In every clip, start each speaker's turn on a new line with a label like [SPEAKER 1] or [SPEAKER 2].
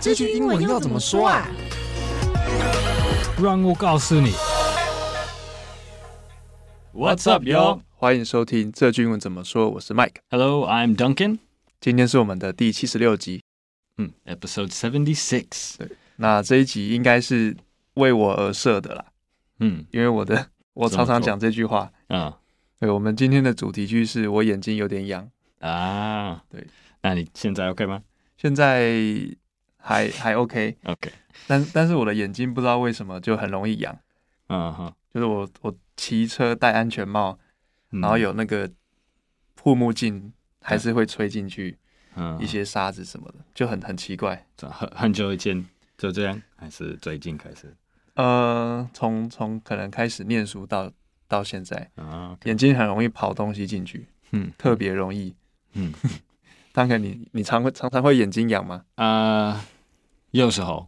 [SPEAKER 1] 这句英文要怎么说啊？
[SPEAKER 2] 让我告诉你。
[SPEAKER 3] What's up, yo?
[SPEAKER 4] 欢迎收听这句英文怎么说，我是 Mike，
[SPEAKER 3] Hello, I'm Duncan.
[SPEAKER 4] 今天是我们的第七十六集。
[SPEAKER 3] Hmm, episode 76.
[SPEAKER 4] 那这一集应该是为我而设的啦，
[SPEAKER 3] Hmm. ah,
[SPEAKER 4] 因为我 的我常常讲这句话。
[SPEAKER 3] 啊
[SPEAKER 4] 对，我们今天的主题句是我眼睛有点痒，
[SPEAKER 3] 啊，
[SPEAKER 4] 对。
[SPEAKER 3] 那你现在 OK 吗
[SPEAKER 4] 现在 还还 OK，
[SPEAKER 3] ？OK。
[SPEAKER 4] 但但是我的眼睛不知道为什么就很容易痒，
[SPEAKER 3] 嗯哼。
[SPEAKER 4] 就是我我骑车戴安全帽，
[SPEAKER 3] 嗯
[SPEAKER 4] 然后有那个护目镜，还是会吹进去
[SPEAKER 3] 嗯
[SPEAKER 4] 一些沙子什么的，就很很奇怪。
[SPEAKER 3] 很很久以前就这样，还是最近开始
[SPEAKER 4] 呃，从从可能开始念书到到现在，
[SPEAKER 3] 啊？OK？
[SPEAKER 4] 眼睛很容易跑东西进去，
[SPEAKER 3] 嗯
[SPEAKER 4] 特别容易。
[SPEAKER 3] 嗯
[SPEAKER 4] 当然你，你常会常常会眼睛痒吗？
[SPEAKER 3] 啊，有时候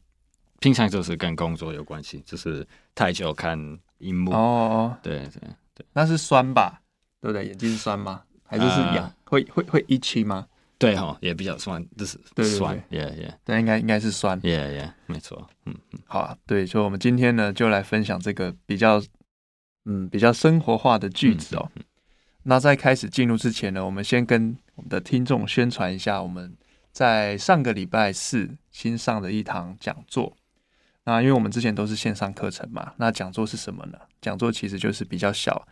[SPEAKER 3] 平常就是跟工作有关系，就是太久看荧幕。
[SPEAKER 4] 哦哦，
[SPEAKER 3] 对对，
[SPEAKER 4] 那是酸吧？对不对？眼睛是酸吗？还是是痒？
[SPEAKER 3] 呃
[SPEAKER 4] 会会会 itchy 吗？
[SPEAKER 3] 对哈，也比较酸，就是
[SPEAKER 4] 对对
[SPEAKER 3] 酸，yeah
[SPEAKER 4] 对，应该应该是酸
[SPEAKER 3] yeah。yeah yeah，没错，嗯嗯
[SPEAKER 4] 好啊，对，所以我们今天呢，就来分享这个比较，嗯，比较生活化的句子哦。那在开始进入之前呢，我们先跟嗯我们的听众宣传一下，我们在上个礼拜四新上的一堂讲座。那因为我们之前都是线上课程嘛，那讲座是什么呢？讲座其实就是比较小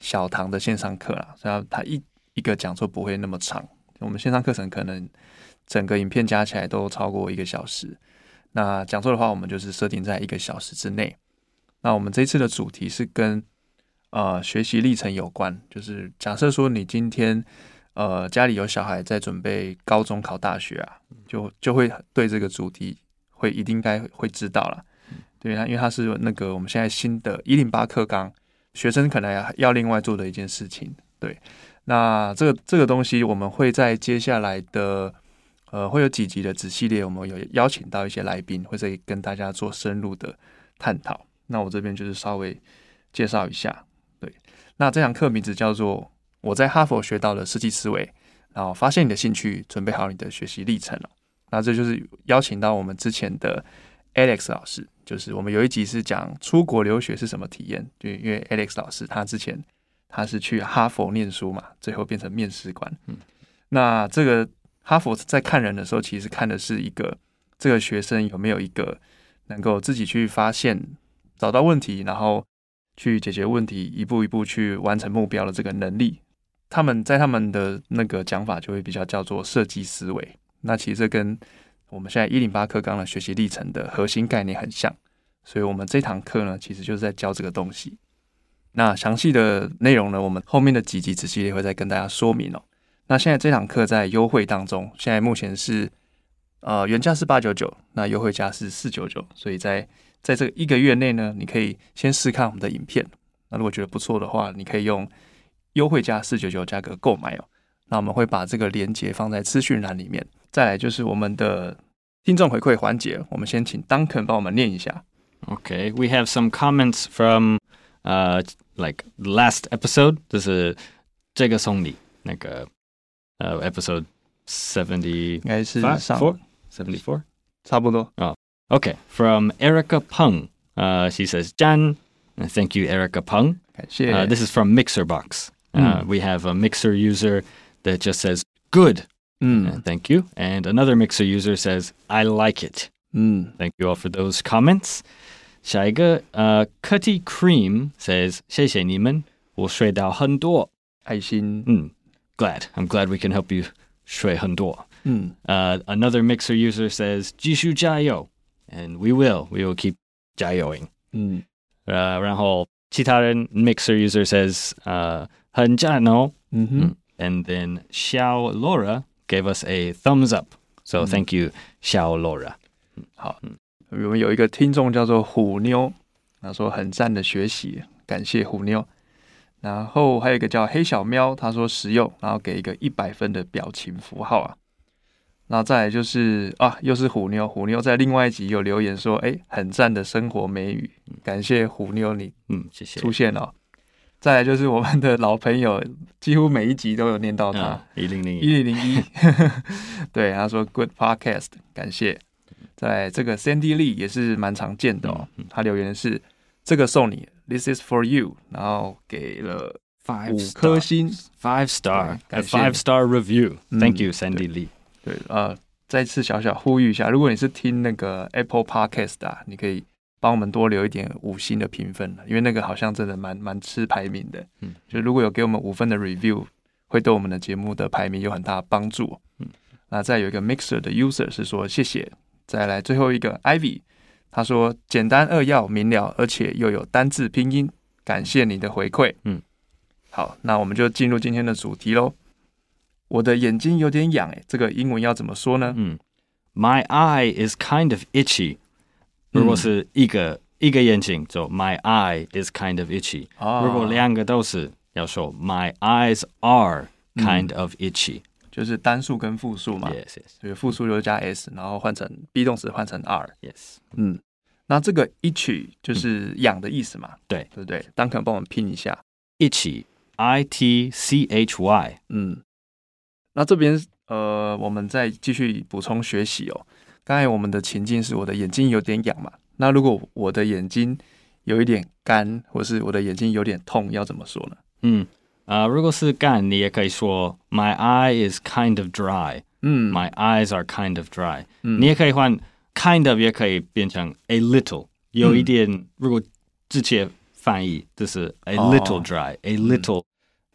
[SPEAKER 4] 小堂的线上课啦，所以它一一个讲座不会那么长。我们线上课程可能整个影片加起来都超过一个小时，那讲座的话，我们就是设定在一个小时之内。那我们这一次的主题是跟呃学习历程有关，就是假设说你今天呃家里有小孩在准备高中考大学啊，就就会对这个主题会一定该会知道了。对，它因为它是那个我们现在新的一零八课纲，学生可能要要另外做的一件事情。对，那这个这个东西我们会在接下来的呃，会有几集的子系列，我们有邀请到一些来宾，会再跟大家做深入的探讨。那我这边就是稍微介绍一下，对，那这堂课名字叫做《我在哈佛学到的设计思维》，然后发现你的兴趣，准备好你的学习历程了。那这就是邀请到我们之前的 Alex 老师，就是我们有一集是讲出国留学是什么体验，就因为 Alex 老师他之前他是去哈佛念书嘛，最后变成面试官。
[SPEAKER 3] 嗯，
[SPEAKER 4] 那这个哈佛在看人的时候，其实看的是一个这个学生有没有一个能够自己去发现、找到问题，然后去解决问题，一步一步去完成目标的这个能力。他们在他们的那个讲法就会比较叫做设计思维。那其实这跟我们现在一零八课纲的学习历程的核心概念很像，所以我们这堂课呢，其实就是在教这个东西。那详细的内容呢，我们后面的几集子系列会再跟大家说明哦。那现在这堂课在优惠当中，现在目前是呃原价是八九九，那优惠价是四九九，所以在在这个一个月内呢，你可以先试看我们的影片。那如果觉得不错的话，你可以用优惠价四九九价格购买哦。那我们会把这个链接放在资讯栏里面。再来就是我们的听众回馈环节，我们先请 Duncan 帮我们念一下。
[SPEAKER 3] Okay, we have some comments from uh like last episode. This is 这个送你那个 uh episode seventy
[SPEAKER 4] 应该是
[SPEAKER 3] Five,
[SPEAKER 4] 上
[SPEAKER 3] four? seventy four.
[SPEAKER 4] 差不多。
[SPEAKER 3] Okay, from Erica Peng. Uh, she says, "Jan, and thank you, Erica Peng.
[SPEAKER 4] 感谢。
[SPEAKER 3] Uh, this is from Mixer Box. Uh,
[SPEAKER 4] Mm.
[SPEAKER 3] We have a Mixer user that just says, good, uh,
[SPEAKER 4] 嗯
[SPEAKER 3] thank you. And another Mixer user says, I like it.
[SPEAKER 4] 嗯
[SPEAKER 3] Thank you all for those comments. 下一个, uh, Cutty Cream says, 谢谢你们,我学到很多。嗯,
[SPEAKER 4] 爱心。
[SPEAKER 3] glad. I'm glad we can help you 学很多.
[SPEAKER 4] 嗯
[SPEAKER 3] Uh, another Mixer user says, 继续加油. And we will. We will keep 加油ing.
[SPEAKER 4] 嗯
[SPEAKER 3] 呃，然后其他人 Mixer user says 呃很赞哦
[SPEAKER 4] 嗯哼。
[SPEAKER 3] ，and then Xiao Laura gave us a thumbs up, so
[SPEAKER 4] 嗯
[SPEAKER 3] thank you Xiao Laura。
[SPEAKER 4] 我们有一个听众叫做虎妞，他说很赞的学习，感谢虎妞。然后还有一个叫黑小喵，他说实用，然后给一个一百分的表情符号啊。那再来就是啊，又是虎妞，虎妞在另外一集有留言说，哎，很赞的生活美语，感谢虎妞你
[SPEAKER 3] 嗯，谢谢。
[SPEAKER 4] 出现哦。再来就是我们的老朋友，几乎每一集都有念到他。
[SPEAKER 3] 啊，一零零
[SPEAKER 4] 一
[SPEAKER 3] 一，
[SPEAKER 4] 零零一，对，他说 Good podcast，感谢。再来这个 Sandy Lee 也是蛮常见的哦，他留言的是这个送你，This is for you，然后给了
[SPEAKER 3] Five
[SPEAKER 4] 五颗
[SPEAKER 3] star,
[SPEAKER 4] 星，
[SPEAKER 3] five star, Mm. a
[SPEAKER 4] 感谢。
[SPEAKER 3] five star review. Thank
[SPEAKER 4] 嗯，
[SPEAKER 3] you, Sandy Lee.
[SPEAKER 4] 对，呃，再次小小呼吁一下，如果你是听那个 Apple Podcast 啊，你可以帮我们多留一点五星的评分因为那个好像真的蛮蛮吃排名的。
[SPEAKER 3] 嗯，
[SPEAKER 4] 就如果有给我们五分的 review，会对我们的节目的排名有很大的帮助。
[SPEAKER 3] 嗯，
[SPEAKER 4] 那再有一个 Mixer 的 user 是说谢谢。再来最后一个 Ivy，他说简单扼要明了，而且又有单字拼音，感谢你的回馈。
[SPEAKER 3] 嗯，
[SPEAKER 4] 好，那我们就进入今天的主题喽。我的眼睛有点痒，哎，这个英文要怎么说呢？
[SPEAKER 3] 嗯，My eye is kind of itchy。
[SPEAKER 4] 嗯
[SPEAKER 3] 如果是一个、一个眼睛，就 My eye is kind of itchy。
[SPEAKER 4] 哦
[SPEAKER 3] 如果两个都是，要说 My eyes are kind of itchy、
[SPEAKER 4] 就是单数跟复数嘛，
[SPEAKER 3] Yes, yes,
[SPEAKER 4] 所以复数就加 s，然后换成 be 动词换成 r。
[SPEAKER 3] yes。
[SPEAKER 4] 嗯，那这个 itch 就是痒的意思嘛，
[SPEAKER 3] 对
[SPEAKER 4] 对不对？当肯帮我们拼一下。
[SPEAKER 3] Itchy, I T C H Y。
[SPEAKER 4] 嗯，那这边呃，我们再继续补充学习哦。刚才我们的情境是我的眼睛有点痒嘛，那如果我的眼睛有一点干，或是我的眼睛有点痛，要怎么说呢？
[SPEAKER 3] 嗯，啊，如果是干，你也可以说 My eye is kind of dry。
[SPEAKER 4] 嗯
[SPEAKER 3] My eyes are kind of dry。
[SPEAKER 4] 嗯
[SPEAKER 3] 你也可以换 kind of，也可以变成 a little，有一点。如果直接翻译，就是 a
[SPEAKER 4] 哦
[SPEAKER 3] little dry，a、little、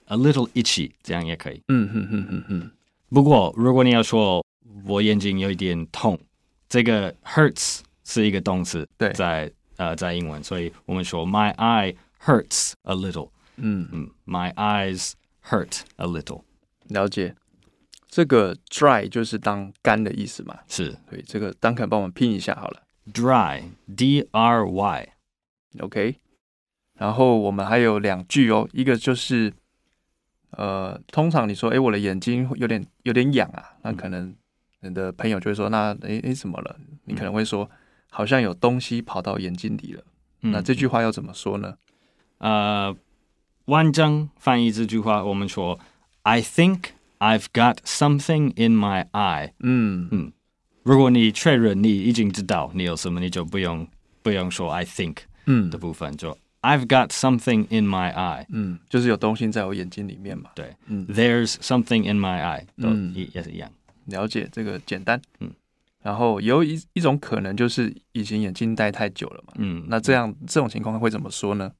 [SPEAKER 3] a little itchy，这样也可以。
[SPEAKER 4] 嗯嗯嗯嗯嗯，
[SPEAKER 3] 不过如果你要说我眼睛有一点痛，这个 hurts 是一个动词，
[SPEAKER 4] 对
[SPEAKER 3] 在呃在英文，所以我们说 my eye hurts a little，
[SPEAKER 4] 嗯
[SPEAKER 3] 嗯，my eyes hurt a little
[SPEAKER 4] 了解。这个 dry 就是当干的意思嘛，
[SPEAKER 3] 是
[SPEAKER 4] 对，这个 Duncan 帮我们拼一下好了
[SPEAKER 3] dry，d r y，
[SPEAKER 4] ，OK。然后我们还有两句哦，一个就是，呃，通常你说，哎，我的眼睛有点有点痒啊，那可能你的朋友就会说，那哎哎怎么了？你可能会说，好像有东西跑到眼睛里了。
[SPEAKER 3] 嗯
[SPEAKER 4] 那这句话要怎么说呢？
[SPEAKER 3] 呃，完整翻译这句话，我们说，I think I've got something in my eye。
[SPEAKER 4] 嗯
[SPEAKER 3] 嗯，如果你确认你已经知道你有什么，你就不用不用说 I think
[SPEAKER 4] 嗯
[SPEAKER 3] 的部分，就 I've got something in my eye。
[SPEAKER 4] 嗯，就是有东西在我眼睛里面嘛。
[SPEAKER 3] 对、
[SPEAKER 4] 嗯
[SPEAKER 3] t h e r e s something in my eye，都
[SPEAKER 4] 嗯
[SPEAKER 3] 一也是一样。
[SPEAKER 4] 了解这个简单。
[SPEAKER 3] 嗯，
[SPEAKER 4] 然后有一一种可能就是以前眼睛戴太久了嘛，
[SPEAKER 3] 嗯，
[SPEAKER 4] 那这样这种情况会怎么说呢？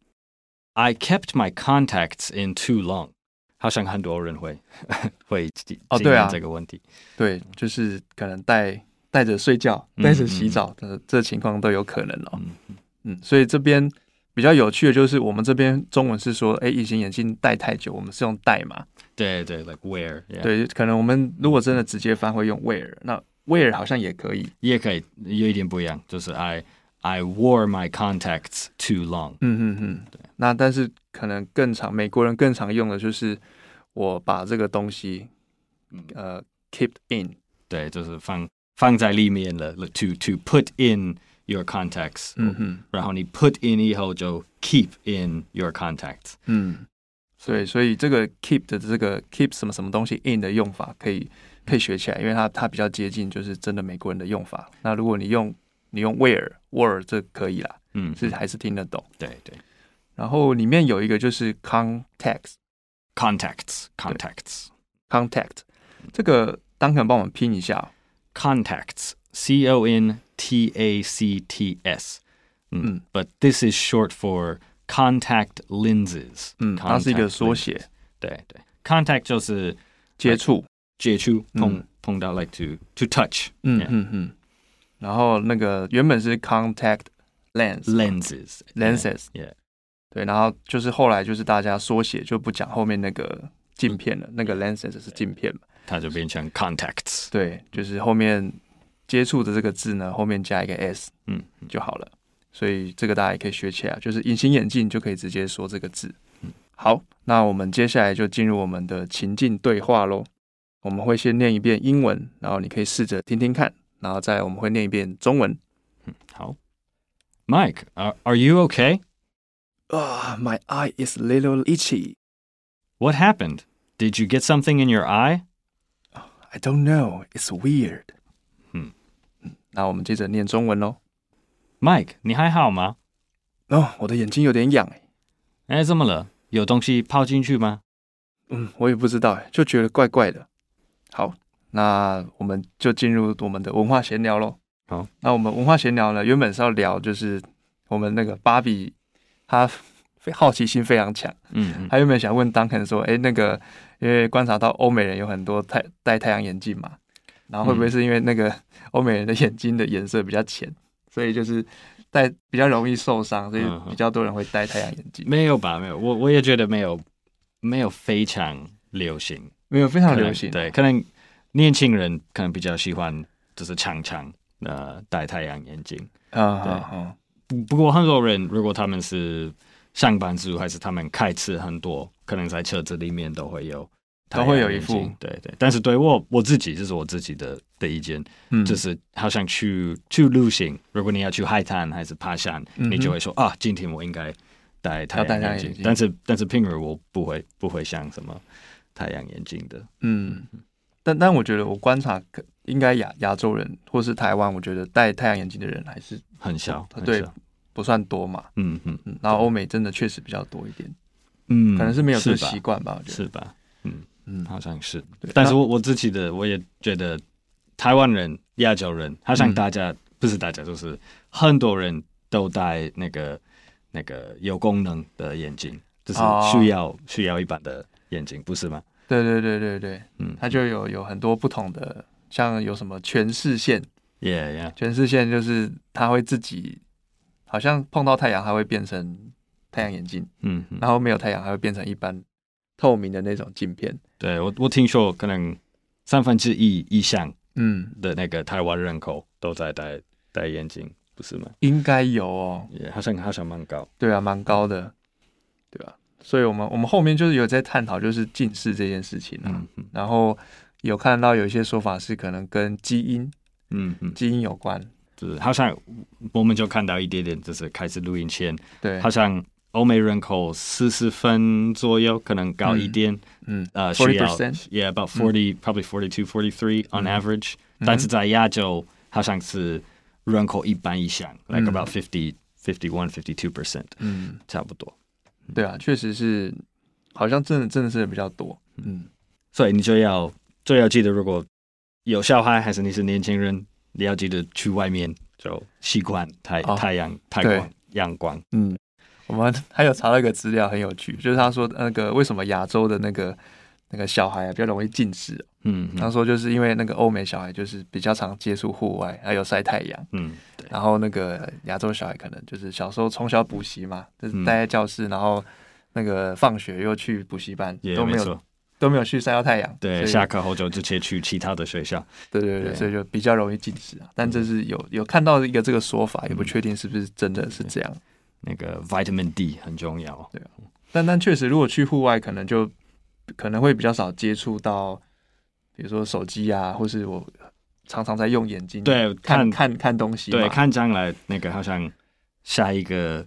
[SPEAKER 3] I kept my contacts in too long，好像很多人会 会经
[SPEAKER 4] 哦
[SPEAKER 3] 经
[SPEAKER 4] 对啊
[SPEAKER 3] 验这个问题。
[SPEAKER 4] 对，就是可能戴戴着睡觉、
[SPEAKER 3] 嗯
[SPEAKER 4] 戴着洗澡的、这情况都有可能哦。
[SPEAKER 3] 嗯
[SPEAKER 4] 嗯，所以这边比较有趣的就是，我们这边中文是说，哎，隐形眼镜戴太久，我们是用戴嘛？
[SPEAKER 3] 对对，like where，、yeah.
[SPEAKER 4] 对，可能我们如果真的直接翻会用 wear，那 wear 好像也可以。
[SPEAKER 3] 也可以有一点不一样，就是 I I wore my contacts too long。
[SPEAKER 4] 嗯嗯嗯，对。那但是可能更常美国人更常用的就是我把这个东西呃 keep in，
[SPEAKER 3] 对，就是放放在里面了，to to put in your contacts，、
[SPEAKER 4] 嗯哼
[SPEAKER 3] 然后你 put in 以后就 keep in your contacts。
[SPEAKER 4] 嗯，所以所以这个 keep 的这个 keep 什么什么东西 in 的用法可以可以学起来，因为它它比较接近就是真的美国人的用法。那如果你用你用 where where 这可以啦，
[SPEAKER 3] 嗯，
[SPEAKER 4] 是还是听得懂。
[SPEAKER 3] 对对
[SPEAKER 4] 然后里面有一个就是 context
[SPEAKER 3] ，contacts contacts
[SPEAKER 4] contact 这个 Duncan 帮我们拼一下哦、
[SPEAKER 3] contacts c o n t a c t s。
[SPEAKER 4] 嗯
[SPEAKER 3] 嗯，but this is short for contact lenses。
[SPEAKER 4] 嗯它是一个
[SPEAKER 3] contact
[SPEAKER 4] 缩写
[SPEAKER 3] lenses。对对，contact 就是
[SPEAKER 4] 接触。
[SPEAKER 3] 接触碰、
[SPEAKER 4] 嗯
[SPEAKER 3] 碰到，like to to touch
[SPEAKER 4] 嗯
[SPEAKER 3] Yeah
[SPEAKER 4] 嗯嗯。然后那个原本是 contact lens
[SPEAKER 3] lenses
[SPEAKER 4] lenses，
[SPEAKER 3] Yeah,
[SPEAKER 4] 对，然后就是后来就是大家缩写就不讲后面那个镜片了，那个 lenses 是镜片嘛，
[SPEAKER 3] 它就变成 contacts。
[SPEAKER 4] 对，就是后面接触的这个字呢，后面加一个 s
[SPEAKER 3] 嗯，
[SPEAKER 4] 就好了。所以这个大家也可以学起来，就是隐形眼镜就可以直接说这个字。好，那我们接下来就进入我们的情境对话喽。我们会先念一遍英文，然后你可以试着听听看，然后再来我们会念一遍中文。
[SPEAKER 3] 好。Mike, are, are you okay?
[SPEAKER 4] Ah, my eye is a little itchy.
[SPEAKER 3] What happened? Did you get something in your eye?
[SPEAKER 4] I don't know. It's weird. 嗯那我们接着念中文喽。
[SPEAKER 3] Mike，你还好吗？
[SPEAKER 4] 哦，我的眼睛有点痒哎，
[SPEAKER 3] 哎，怎么了？有东西泡进去吗？
[SPEAKER 4] 嗯，我也不知道哎，就觉得怪怪的。好，那我们就进入我们的文化闲聊喽。
[SPEAKER 3] 好，
[SPEAKER 4] 那我们文化闲聊呢，原本是要聊就是我们那个芭比，他非好奇心非常强，
[SPEAKER 3] 嗯嗯
[SPEAKER 4] 他原本想问 Duncan 说，哎，那个因为观察到欧美人有很多太戴太阳眼镜嘛，然后会不会是因为那个
[SPEAKER 3] 嗯
[SPEAKER 4] 欧美人的眼睛的颜色比较浅，所以就是戴比较容易受伤，所以
[SPEAKER 3] 嗯嗯
[SPEAKER 4] 比较多人会戴太阳眼镜？
[SPEAKER 3] 没有吧？没有，我我也觉得没有，没有非常流行，
[SPEAKER 4] 没有，非
[SPEAKER 3] 非
[SPEAKER 4] 常流行。
[SPEAKER 3] 对，可能年轻人可能比较喜欢，就是常常呃戴太阳眼镜。
[SPEAKER 4] 啊，
[SPEAKER 3] 对
[SPEAKER 4] 好好
[SPEAKER 3] 不不过很多人，如果他们是上班族，还是他们开车很多，可能在车子里面都会有太
[SPEAKER 4] 都
[SPEAKER 3] 阳
[SPEAKER 4] 会有
[SPEAKER 3] 眼
[SPEAKER 4] 一副
[SPEAKER 3] 镜对对。但是对我我自己，这是我自己的的意见，
[SPEAKER 4] 嗯，
[SPEAKER 3] 就是好像去去旅行，如果你要去海滩还是爬山，
[SPEAKER 4] 嗯哼
[SPEAKER 3] 你就会说啊，今天我应该戴太
[SPEAKER 4] 要戴
[SPEAKER 3] 阳
[SPEAKER 4] 太阳
[SPEAKER 3] 眼镜
[SPEAKER 4] 眼镜。
[SPEAKER 3] 但是但是平日我不会不会像什么太阳眼镜的，
[SPEAKER 4] 嗯，但但我觉得我观察可应该亚亚洲人或是台湾，我觉得戴太阳眼镜的人还是
[SPEAKER 3] 很小，
[SPEAKER 4] 不
[SPEAKER 3] 很
[SPEAKER 4] 哦对
[SPEAKER 3] 小。
[SPEAKER 4] 不算多嘛。
[SPEAKER 3] 嗯嗯
[SPEAKER 4] 嗯，然后欧美真的确实比较多一点，
[SPEAKER 3] 嗯，
[SPEAKER 4] 可能是没有这个
[SPEAKER 3] 吧
[SPEAKER 4] 习惯吧。我觉得，
[SPEAKER 3] 是吧？嗯
[SPEAKER 4] 嗯
[SPEAKER 3] 嗯，好像是。
[SPEAKER 4] 对
[SPEAKER 3] 但是
[SPEAKER 4] 那
[SPEAKER 3] 我我自己的我也觉得，台湾人、亚洲人，好
[SPEAKER 4] 嗯
[SPEAKER 3] 像大家、不是大家，就是很多人都戴那个那个有功能的眼镜，就是
[SPEAKER 4] 哦
[SPEAKER 3] 需要、需要一般的眼镜，不是吗？
[SPEAKER 4] 对对对对对，
[SPEAKER 3] 嗯，
[SPEAKER 4] 它就有有很多不同的，像有什么全视线，
[SPEAKER 3] yeah yeah，
[SPEAKER 4] 全视线就是它会自己，好像碰到太阳它会变成太阳眼镜，
[SPEAKER 3] 嗯，嗯
[SPEAKER 4] 然后没有太阳还会变成一般透明的那种镜片。
[SPEAKER 3] 对我我听说可能三分之一以上
[SPEAKER 4] 嗯，
[SPEAKER 3] 的那个台湾人口都在戴戴眼镜，不是吗？
[SPEAKER 4] 应该有哦。
[SPEAKER 3] 也、好像好像蛮高。
[SPEAKER 4] 对啊，蛮高的，对吧、所以我们我们后面就是有在探讨就是近视这件事情啊，
[SPEAKER 3] 嗯嗯
[SPEAKER 4] 然后有看到有一些说法是可能跟基因
[SPEAKER 3] 嗯嗯，
[SPEAKER 4] 基因有关，
[SPEAKER 3] 就是好像我们就看到一点点，就是开始录音前。
[SPEAKER 4] 对
[SPEAKER 3] 好，像欧美人口四十分左右，可能高一点，
[SPEAKER 4] 嗯
[SPEAKER 3] 呃，需要
[SPEAKER 4] ，forty
[SPEAKER 3] yeah about forty、probably forty two forty three on
[SPEAKER 4] 嗯
[SPEAKER 3] average，、
[SPEAKER 4] 嗯
[SPEAKER 3] 但是在亚洲好像是人口一半以上、l i
[SPEAKER 4] 嗯
[SPEAKER 3] k e about fifty fifty one fifty two percent
[SPEAKER 4] 嗯，
[SPEAKER 3] 差不多，
[SPEAKER 4] 对啊，确实是，好像真的真的是比较多，嗯，
[SPEAKER 3] 所以你就要就要记得，如果有小孩还是你是年轻人，你要记得去外面就习惯太、
[SPEAKER 4] 哦
[SPEAKER 3] 太阳太
[SPEAKER 4] 对
[SPEAKER 3] 光阳光，
[SPEAKER 4] 嗯，我们还有查到一个资料很有趣，就是他说那个为什么亚洲的那个那个小孩啊比较容易近视、
[SPEAKER 3] 嗯
[SPEAKER 4] 他
[SPEAKER 3] 嗯
[SPEAKER 4] 说就是因为那个欧美小孩就是比较常接触户外，还有晒太阳。
[SPEAKER 3] 嗯，对，
[SPEAKER 4] 然后那个亚洲小孩可能就是小时候从小补习嘛，就是
[SPEAKER 3] 嗯
[SPEAKER 4] 待在教室，然后那个放学又去补习班，
[SPEAKER 3] 也
[SPEAKER 4] 都没
[SPEAKER 3] 没
[SPEAKER 4] 有
[SPEAKER 3] 错，
[SPEAKER 4] 都没有去晒到太阳。
[SPEAKER 3] 对，
[SPEAKER 4] 所以
[SPEAKER 3] 下课后就直接去其他的学校。
[SPEAKER 4] 对对对，
[SPEAKER 3] 对嗯
[SPEAKER 4] 所以就比较容易近视啊。但这是有有看到一个这个说法，也不确定是不是真的是这样。
[SPEAKER 3] 那个 vitamin D 很重要。
[SPEAKER 4] 但但确实，如果去户外，可能就可能会比较少接触到，比如说手机啊，或是我常常在用眼睛
[SPEAKER 3] 对，
[SPEAKER 4] 看
[SPEAKER 3] 看
[SPEAKER 4] 看看东西嘛。
[SPEAKER 3] 对看将来那个好像下一个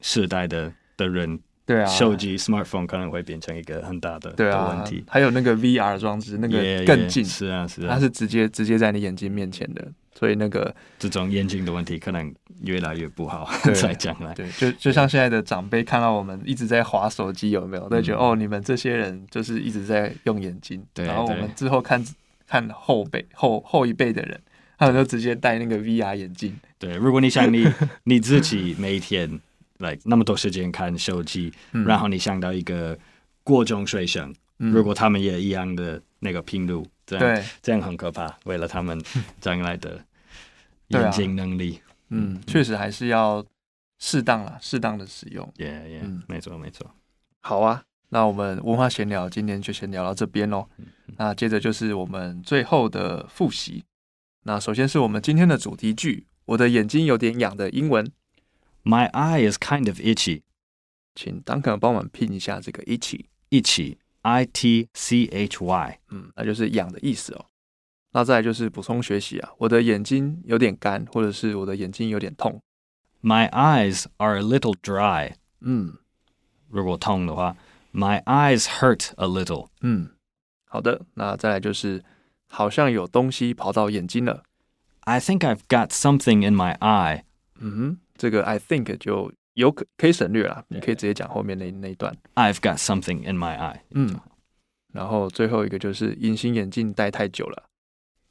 [SPEAKER 3] 世代的的人，
[SPEAKER 4] 对啊，
[SPEAKER 3] 手机 smartphone 可能会变成一个很大的
[SPEAKER 4] 对
[SPEAKER 3] 的
[SPEAKER 4] 啊
[SPEAKER 3] 问题，。
[SPEAKER 4] 还有那个 VR 装置，那个
[SPEAKER 3] Yeah，
[SPEAKER 4] 更
[SPEAKER 3] yeah，
[SPEAKER 4] 近。
[SPEAKER 3] 是啊是
[SPEAKER 4] 它
[SPEAKER 3] 啊，
[SPEAKER 4] 是直接直接在你眼睛面前的，所以那个
[SPEAKER 3] 这种眼睛的问题可能越来越不 好
[SPEAKER 4] 对，
[SPEAKER 3] 在将来。
[SPEAKER 4] 对，就就像现在的长辈看到我们一直在划手机，有没有？都会觉得、
[SPEAKER 3] 嗯
[SPEAKER 4] 哦，你们这些人就是一直在用眼睛。
[SPEAKER 3] 对
[SPEAKER 4] 然后我
[SPEAKER 3] 对
[SPEAKER 4] 们之后看看后辈后后一辈的人，他们就直接戴那个 VR 眼镜。
[SPEAKER 3] 对，如果你 想你你自己每一天来那么多时间看手机，
[SPEAKER 4] 嗯
[SPEAKER 3] 然后你想到一个国中学生，
[SPEAKER 4] 嗯
[SPEAKER 3] 如果他们也一样的那个频率，这样
[SPEAKER 4] 对，
[SPEAKER 3] 这样很可怕，为了他们将来 的
[SPEAKER 4] 对啊
[SPEAKER 3] 眼睛能力。
[SPEAKER 4] 嗯，确实还是要适当啦，适当的使用。
[SPEAKER 3] 耶耶
[SPEAKER 4] 嗯，
[SPEAKER 3] 没错没错。
[SPEAKER 4] 好啊，那我们文化闲聊今天就先聊到这边喽。
[SPEAKER 3] 嗯
[SPEAKER 4] 那接着就是我们最后的复习。那首先是我们今天的主题句，我的眼睛有点痒的英文，
[SPEAKER 3] My eye is kind of itchy.
[SPEAKER 4] 请 Duncan 帮我们拼一下这个一起，
[SPEAKER 3] Itchy. I T C H Y.
[SPEAKER 4] 嗯，那就是痒的意思哦。那再来就是补充学习啊，我的眼睛有点干，或者是我的眼睛有点痛，
[SPEAKER 3] My eyes are a little dry.
[SPEAKER 4] 嗯
[SPEAKER 3] 如果痛的话，My eyes hurt a little.
[SPEAKER 4] 嗯，好的。那再来就是好像有东西跑到眼睛了，
[SPEAKER 3] I think I've got something in my eye.
[SPEAKER 4] 嗯哼，这个 I think 就有可可以省略啦，你可以直接讲后面那那一段。
[SPEAKER 3] I've got something in my eye.
[SPEAKER 4] 嗯，然后最后一个就是隐形眼镜戴太久了。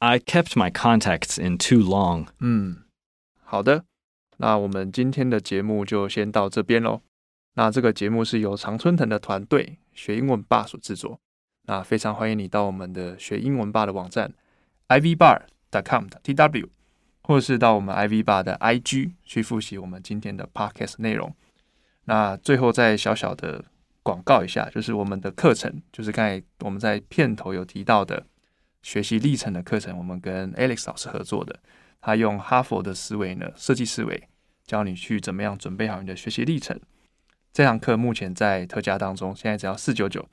[SPEAKER 3] I kept my contacts in too long.
[SPEAKER 4] 嗯，好的，那我们今天的节目就先到这边喽。那这个节目是由常春藤的团队学英文吧所制作。那非常欢迎你到我们的学英文吧的网站 ivbar.com tw，或是到我们 iv bar 的 IG 去复习我们今天的 podcast 内容。那最后再小小的广告一下，就是我们的课程，就是刚才我们在片头有提到的学习历程的课程，我们跟 Alex 老师合作的。他用哈佛的思维呢，设计思维，教你去怎么样准备好你的学习历程。这堂课目前在特价当中，现在只要四九九。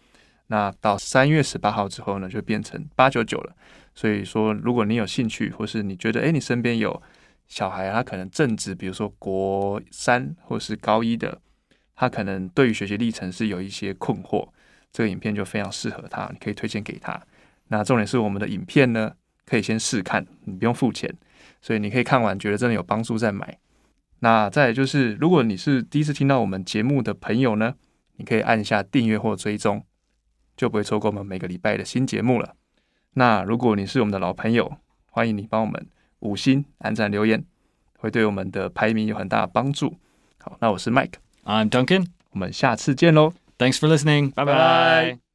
[SPEAKER 4] 那到三月十八号之后呢，就变成八九九了。所以说，如果你有兴趣，或是你觉得诶你身边有小孩，他可能正值比如说国三或是高一的，他可能对于学习历程是有一些困惑，这个影片就非常适合他，你可以推荐给他。那重点是我们的影片呢，可以先试看，你不用付钱。所以你可以看完，觉得真的有帮助再买。那再来就是，如果你是第一次听到我们节目的朋友呢，你可以按下订阅或追踪，就不会错过我们每个礼拜的新节目了。那如果你是我们的老朋友，欢迎你帮我们五星按赞留言，会对我们的排名有很大的帮助。好，那我是 Mike，
[SPEAKER 3] I'm Duncan.
[SPEAKER 4] 我们下次见喽，
[SPEAKER 3] Thanks for listening. Bye bye.
[SPEAKER 4] Bye.